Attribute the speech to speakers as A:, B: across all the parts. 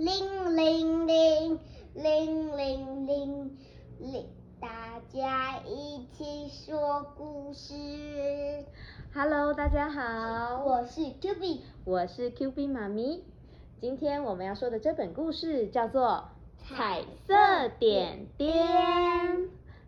A: 铃铃铃铃铃铃铃，大家一起说故事。
B: Hello，大家好，
A: 我是 Q B，
B: 我是 Q B 妈咪。今天我们要说的这本故事叫做《彩色点点》。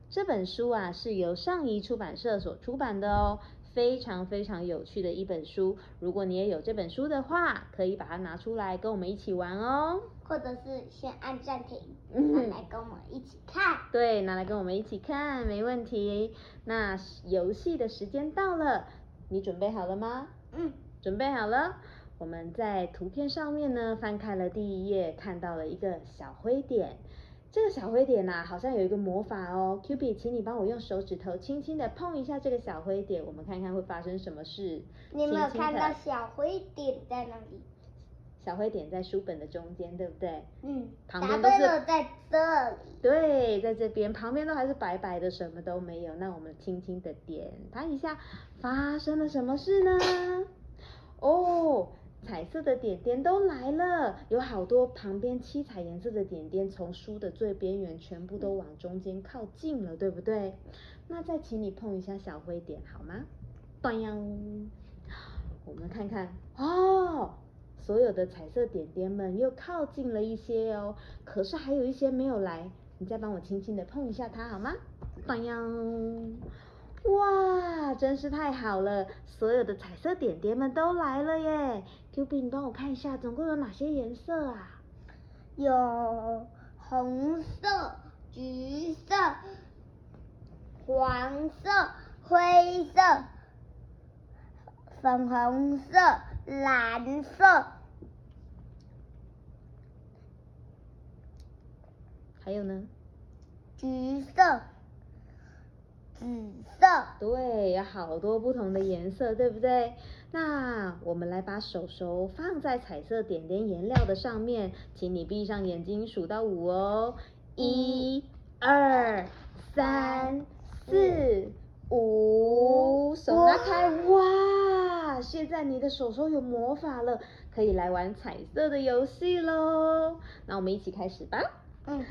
B: 这本书啊是由上一出版社所出版的哦，非常非常有趣的一本书。如果你也有这本书的话，可以把它拿出来跟我们一起玩哦。
A: 或者是先按暂停，
B: 嗯
A: 来跟我们一起看。
B: 对，拿来跟我们一起看，没问题。那游戏的时间到了，你准备好了吗？
A: 嗯，
B: 准备好了，我们在图片上面呢翻开了第一页，看到了一个小灰点。这个小灰点呐、好像有一个魔法哦。Q B，请你帮我用手指头轻轻的碰一下这个小灰点，我们看看会发生什么事。
A: 你有没有
B: 轻轻地
A: 看到小灰点在哪里？
B: 小灰点在书本的中间，对不对？
A: 嗯，
B: 旁
A: 答
B: 边都
A: 对
B: 是
A: 了，在这里。
B: 对，在这边旁边都还是白白的，什么都没有。那我们轻轻的点它一下，发生了什么事呢？哦，彩色的点点都来了，有好多旁边七彩颜色的点点从书的最边缘全部都往中间靠近了，对不对？那再请你碰一下小灰点好吗？断呀！我们看看哦，所有的彩色点点们又靠近了一些哦，可是还有一些没有来，你再帮我轻轻的碰一下它好吗？当当，哇，真是太好了！所有的彩色点点们都来了耶！Q B，你帮我看一下，总共有哪些颜色啊？
A: 有红色、橘色、黄色、灰色、粉红色、蓝色，
B: 还有呢？
A: 橘色、紫色。
B: 对，有好多不同的颜色，对不对？那我们来把手手放在彩色点点颜料的上面，请你闭上眼睛数到五哦，一、二、三、四、五，手拿开，哇！现在你的手手有魔法了，可以来玩彩色的游戏喽。那我们一起开始吧。
A: 嗯，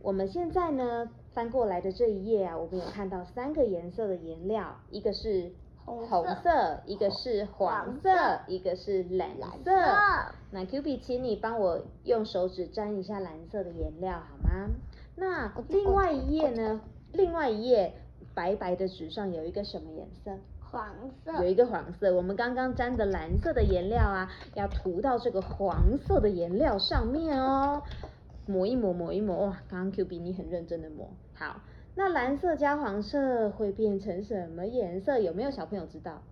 B: 我们现在呢翻过来的这一页啊，我们有看到三个颜色的颜料，一个是
A: 红
B: 红
A: 色
B: 色，一个是黄色
A: 黄色，
B: 一个是蓝
A: 蓝
B: 色。
A: 色
B: 那 Q B，请你帮我用手指沾一下蓝色的颜料好吗？那
A: 咕嘟咕嘟
B: 另外一页呢？另外一页白白的纸上有一个什么颜色？
A: 黄
B: 有
A: 色，
B: 一个黄色，我们刚刚沾的蓝色的颜料啊，要涂到这个黄色的颜料上面哦，抹一抹，抹一抹，哇，刚刚 Q B 你很认真的抹，好，那蓝色加黄色会变成什么颜色？有没有小朋友知道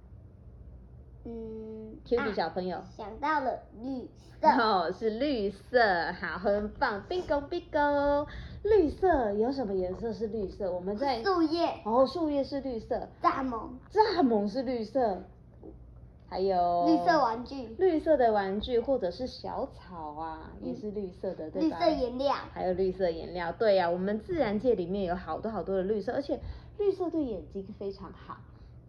A: 嗯
B: ？Q B
A: 啊
B: 小朋友，
A: 想到了绿色，
B: 哦，是绿色，好，很棒，bingo bingo，绿色有什么颜色是绿色？我们在，
A: 树叶、
B: 哦，树叶是绿色，
A: 蚱蜢、
B: 蚱蜢是绿色，还有
A: 绿色玩具、
B: 哦绿色的玩具或者是小草啊，也是绿色的，对
A: 嗯绿
B: 吧？
A: 色颜料，
B: 还有绿色颜料，对啊呀、我们自然界里面有好多好多的绿色，而且绿色对眼睛非常好。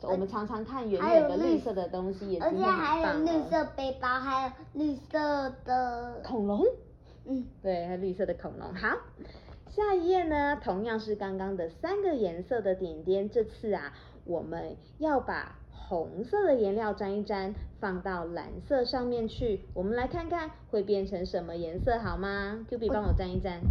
B: 我们常常看远
A: 还
B: 远
A: 有
B: 的
A: 绿
B: 绿色的东西，眼
A: 而
B: 睛
A: 且
B: 很
A: 还有
B: 棒哦
A: 绿色背包，还有绿色的，
B: 恐龙，
A: 嗯，
B: 对，还有绿色的恐龙。好，下一页呢，同样是刚刚的三个颜色的点点，这次啊，我们要把红色的颜料沾一沾，放到蓝色上面去，我们来看看会变成什么颜色好吗？Q B 帮我沾一沾。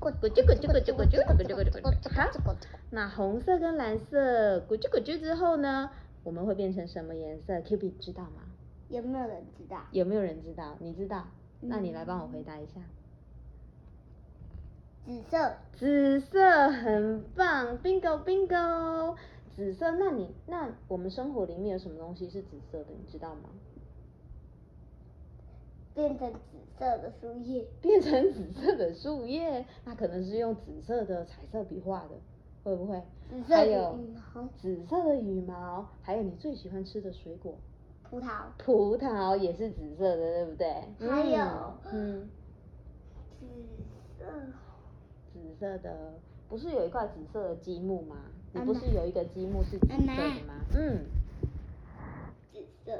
A: 咕
B: 咕啾咕啾咕啾咕啾咕啾咕啾咕啾好那红色跟蓝色咕啾咕啾之后呢，我们会变成什么颜色？Q B 知道吗？
A: 有没有人知道？
B: 有没有人知道？你知道？那你来
A: 嗯
B: 帮我回答一下。
A: 紫色，
B: 紫色很棒，bingo bingo。紫色，那你那我们生活里面有什么东西是紫色的，你知道吗？
A: 变成紫色的树叶，
B: 变成紫色的树叶，那可能是用紫色的彩色笔画的，会不会？
A: 紫色
B: 还
A: 的
B: 有
A: 羽毛，
B: 紫色的羽毛，还有你最喜欢吃的水果，
A: 葡萄，
B: 葡萄也是紫色的，对不对？
A: 还有
B: 嗯，嗯，
A: 紫色，
B: 紫色的，不是有一块紫色的积木吗？你
A: 妈
B: 不
A: 妈
B: 是有一个积木是紫色
A: 妈妈
B: 的吗？嗯。
A: 紫色，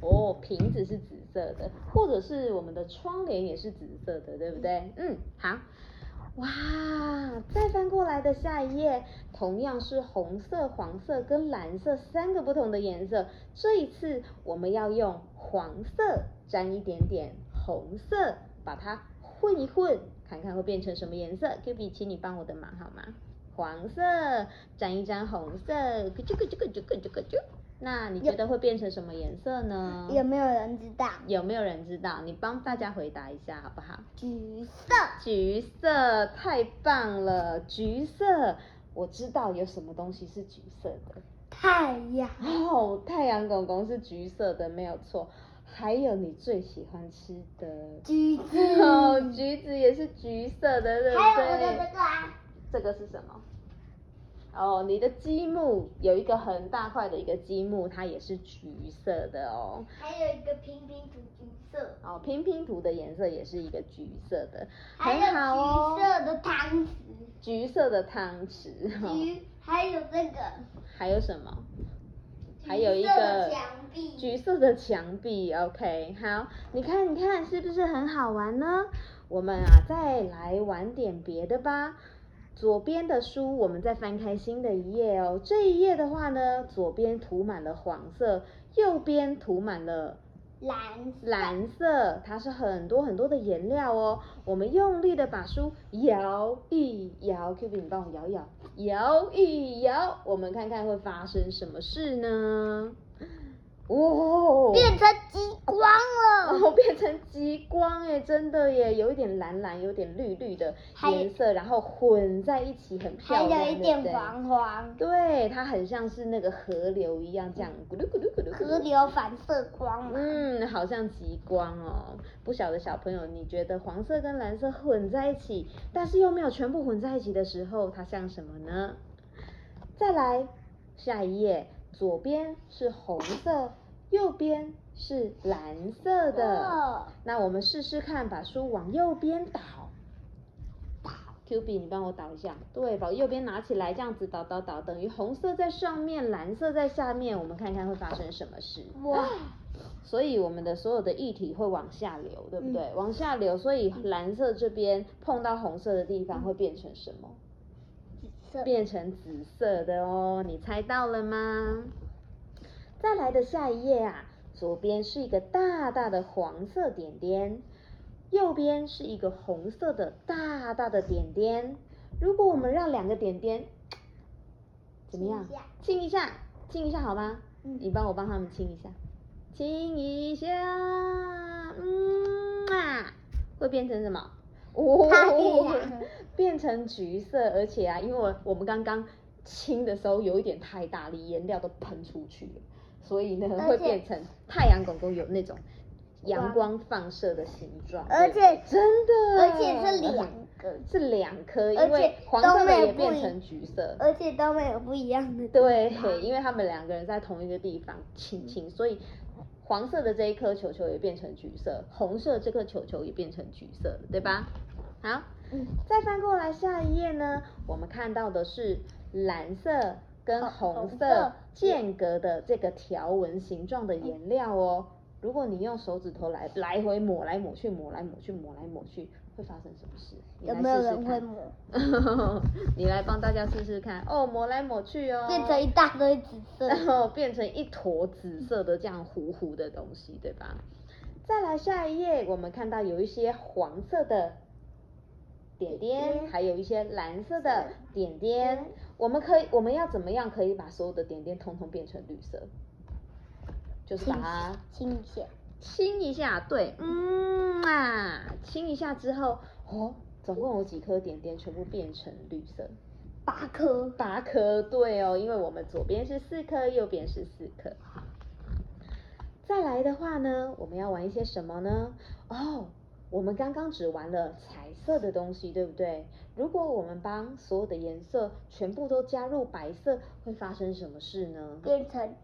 B: 哦，瓶子是紫色的，或者是我们的窗帘也是紫色的，对不对？嗯，好。哇，再翻过来的下一页，同样是红色、黄色跟蓝色三个不同的颜色。这一次我们要用黄色沾一点点红色，把它混一混，看看会变成什么颜色。Q B，请你帮我的忙好吗？黄色沾一沾红色，咕啾咕啾咕啾咕啾咕啾。那你觉得会变成什么颜色呢？
A: 有没有人知道？
B: 有没有人知道？你帮大家回答一下好不好？
A: 橘色，
B: 橘色，太棒了！橘色，我知道有什么东西是橘色的。
A: 太阳，
B: 哦，太阳公公是橘色的，没有错。还有你最喜欢吃的，
A: 橘子，
B: 哦，橘子也是橘色的，对不对？
A: 还有我的这个啊，
B: 这个是什么？哦，你的积木有一个很大块的一个积木，它也是橘色的哦。
A: 还有一个平平土橘色，
B: 哦，拼拼图的颜色也是一个橘色的，
A: 还有
B: 很好哦。
A: 橘色的汤匙，
B: 橘色的汤匙，哦、
A: 橘，还有这个，
B: 还有什么？还有一
A: 橘色的
B: 个
A: 墙壁，
B: 橘色的墙壁，OK，好，你看，你看，是不是很好玩呢？我们啊，再来玩点别的吧。左边的书，我们再翻开新的一页哦。这一页的话呢，左边涂满了黄色，右边涂满了
A: 蓝色，
B: 蓝色，它是很多很多的颜料哦。我们用力的把书摇一摇，Q B，你帮我摇一摇，摇一摇，我们看看会发生什么事呢？哦，
A: 变成极光
B: 然
A: 了，
B: 后变成极光哎，真的耶，有一点蓝蓝，有点绿绿的
A: 还
B: 颜色，然后混在一起，很
A: 还
B: 漂亮，
A: 有一点
B: 对不对
A: 黄黄，
B: 对，它很像是那个河流一样，这样咕噜咕噜咕噜咕噜
A: 河流反射光嘛，
B: 嗯，好像极光哦。不晓得小朋友，你觉得黄色跟蓝色混在一起，但是又没有全部混在一起的时候，它像什么呢？再来下一页，左边是红色，右边是蓝色的。
A: 哦
B: 那我们试试看，把书往右边倒。Q B，你帮我倒一下，对，把右边拿起来，这样子倒倒倒，等于红色在上面，蓝色在下面，我们看看会发生什么事。啊
A: 哇，
B: 所以我们的所有的液体会往下流，对不对？往下流，所以蓝色这边碰到红色的地方会变成什么？
A: 紫色，
B: 变成紫色的哦，你猜到了吗？再来的下一页啊，左边是一个大大的黄色点点，右边是一个红色的大大的点点。如果我们让两个点点怎么样
A: 亲一下？
B: 亲一下，亲一下好吗？
A: 嗯
B: 你帮我帮他们亲一下，亲一下，嗯啊，会变成什么？哦
A: 太 阳，
B: 变成橘色，而且啊，因为我我们刚刚亲的时候有一点太大力，颜料都喷出去了，所以呢
A: 而且
B: 会变成太阳狗狗有那种阳光放射的形状，
A: 而
B: 对
A: 且
B: 真的，
A: 而且是两个，
B: 是两颗，
A: 而
B: 因
A: 且
B: 为黄色
A: 都没
B: 的
A: 有
B: 也变
A: 不一
B: 成橘色，
A: 而且都没有不一样的地
B: 对
A: 方，
B: 因为他们两个人在同一个地方亲
A: 嗯
B: 亲，所以黄色的这一颗球球也变成橘色，红色这颗球球也变成橘色了，对吧？好，
A: 嗯
B: 再翻过来下一页呢，我们看到的是蓝色跟
A: 哦
B: 红
A: 红
B: 色
A: 色
B: 间隔的这个条纹形状的颜料哦。如果你用手指头来来回抹来抹去，抹来抹去，抹来抹去，会发生什么事？你
A: 有
B: 来
A: 没有
B: 试试
A: 人会
B: 看。
A: 抹？
B: 你来帮大家试试看哦，抹来抹去哦，
A: 变成一大堆紫色，
B: 然后变成一坨紫色的这样糊糊的东西，对吧？再来下一页，我们看到有一些黄色的点
A: 点
B: 点，
A: 点
B: 还有一些蓝色的点
A: 点
B: 点。我们可以，我们要怎么样可以把所有的点点统统变成绿色？就是把它
A: 清浅，
B: 亲一下，对，嗯啊，亲一下之后，哦，总共有几颗点点全部变成绿色？
A: 八颗，
B: 八颗，对哦，因为我们左边是四颗，右边是四颗。再来的话呢，我们要玩一些什么呢？哦，我们刚刚只玩了彩色的东西，对不对？如果我们帮所有的颜色全部都加入白色，会发生什么事呢？
A: 变成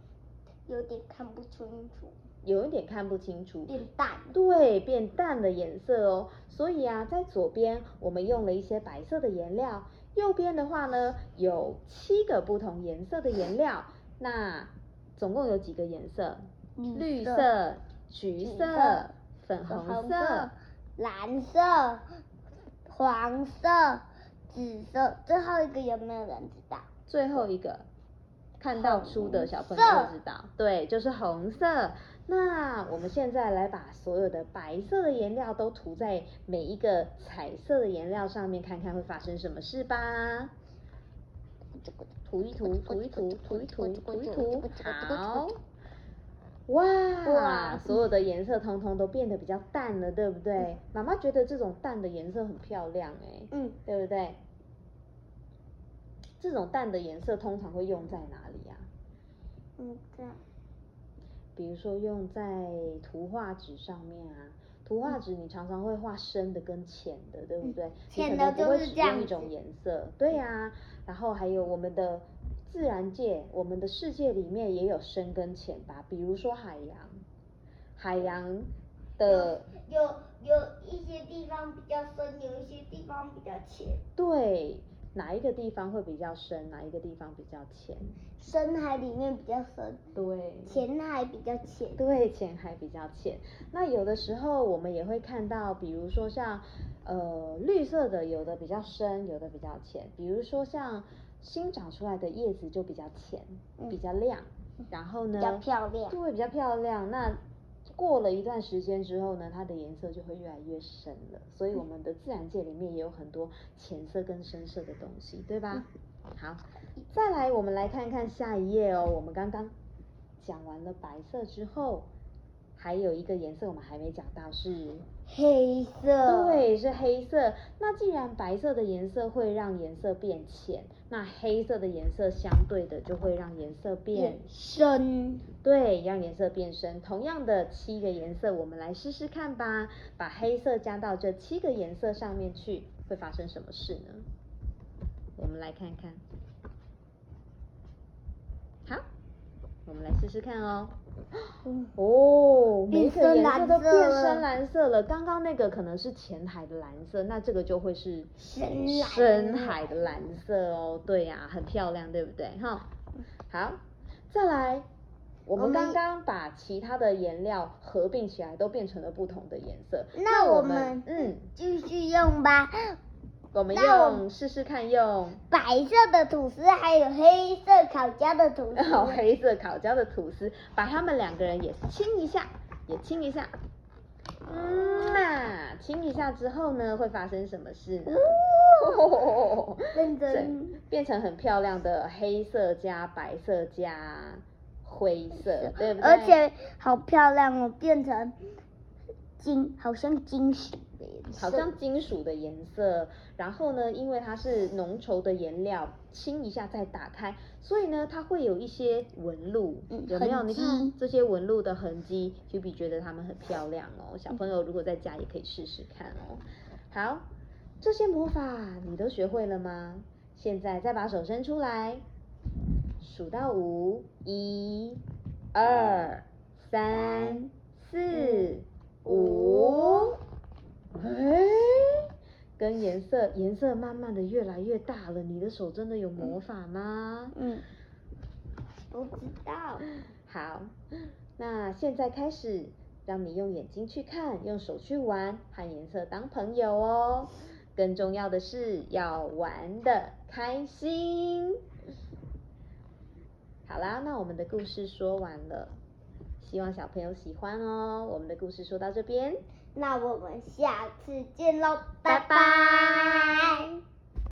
A: 有点看不清楚，
B: 有一点看不清楚，
A: 变淡，
B: 对，变淡的颜色哦。所以啊，在左边我们用了一些白色的颜料，右边的话呢有七个不同颜色的颜料。那总共有几个颜色？绿嗯色、橘
A: 橘
B: 色
A: 色、
B: 粉红
A: 红
B: 色
A: 色、蓝色、黄色、紫色，最后一个有没有人知道？
B: 最后一个看到书的小朋友
A: 红色
B: 就知道，对，就是红色。那我们现在来把所有的白色的颜料都涂在每一个彩色的颜料上面，看看会发生什么事吧。涂一涂，涂一涂，涂一涂，涂一涂，好。哇，
A: 哇
B: 所有的颜色通通都变得比较淡了，对不对？妈妈觉得这种淡的颜色很漂亮哎、
A: 嗯，
B: 对不对？这种淡的颜色通常会用在哪里呀、
A: 嗯，对，
B: 比如说用在图画纸上面啊，图画纸你常常会画深的跟浅的，对不对？你可
A: 浅
B: 能
A: 嗯的
B: 不
A: 就
B: 会
A: 是
B: 只
A: 这样
B: 用一种
A: 子
B: 颜色，对呀、然后还有我们的自然界，我们的世界里面也有深跟浅吧，比如说海洋，海洋的。
A: 有有一些地方比较深，有一些地方比较浅。
B: 对，哪一个地方会比较深，哪一个地方比较浅？
A: 深海里面比较深，
B: 对，
A: 嗯浅海比较浅。
B: 对，浅还比较浅。那有的时候我们也会看到，比如说像呃绿色的，有的比较深，有的比较浅。比如说像新长出来的叶子就比较浅，比
A: 嗯
B: 较亮，然后呢，
A: 比较漂亮
B: 就会比较漂亮。那过了一段时间之后呢，它的颜色就会越来越深了。所以我们的自然界里面也有很多浅色跟深色的东西，对吧？好，再来我们来看看下一页哦。我们刚刚讲完了白色之后，还有一个颜色我们还没讲到是。
A: 黑色。
B: 对，是黑色。那既然白色的颜色会让颜色变浅，那黑色的颜色相对的就会让颜色变
A: 变深。
B: 对，让颜色变深。同样的七个颜色，我们来试试看吧。把黑色加到这七个颜色上面去，会发生什么事呢？我们来看看。好，我们来试试看哦。
A: 嗯
B: 哦，每一
A: 变
B: 个
A: 深
B: 颜色
A: 蓝
B: 都
A: 色
B: 变深
A: 了
B: 蓝色了。刚刚那个可能是浅海的蓝色，那这个就会是
A: 深蓝
B: 深海的蓝色哦。对呀、很漂亮，对不对？哈，好，再来，
A: 我
B: 我们
A: 们
B: 刚
A: 也
B: 刚把其他的颜料合并起来，都变成了不同的颜色。
A: 那
B: 我
A: 我们
B: 嗯，
A: 继续用吧，
B: 我们
A: 那我
B: 用试试看用。
A: 白色的吐司还有黑色烤焦的 吐司。
B: 好，哦黑色烤焦的吐司，把它们两个人也亲一下，也亲一下。嗯呐，亲一下之后呢，会发生什么事呢？ 哦，
A: 认真
B: 整变成很漂亮的黑色加白色加灰色，对不对？
A: 而且好漂亮哦，变成金，好像金属的颜色。
B: 好像金属的颜色，然后呢，因为它是浓稠的颜料，清一下再打开，所以呢，它会有一些纹路，
A: 嗯
B: 有没有？
A: 痕
B: 你
A: 迹
B: 看这些纹路的痕迹 q b 觉得它们很漂亮哦。小朋友如果在家也可以试试看哦。好，这些魔法你都学会了吗？现在再把手伸出来，数到五，一、二、三、四、五。哎， 跟颜色颜色慢慢的越来越大了，你的手真的有魔法吗？
A: 嗯，不知道。
B: 好，那现在开始，让你用眼睛去看，用手去玩，和颜色当朋友哦。更重要的是要玩的开心。好啦，那我们的故事说完了，希望小朋友喜欢哦。我们的故事说到这边，
A: 那我们下次见喽，拜
B: 拜
A: 拜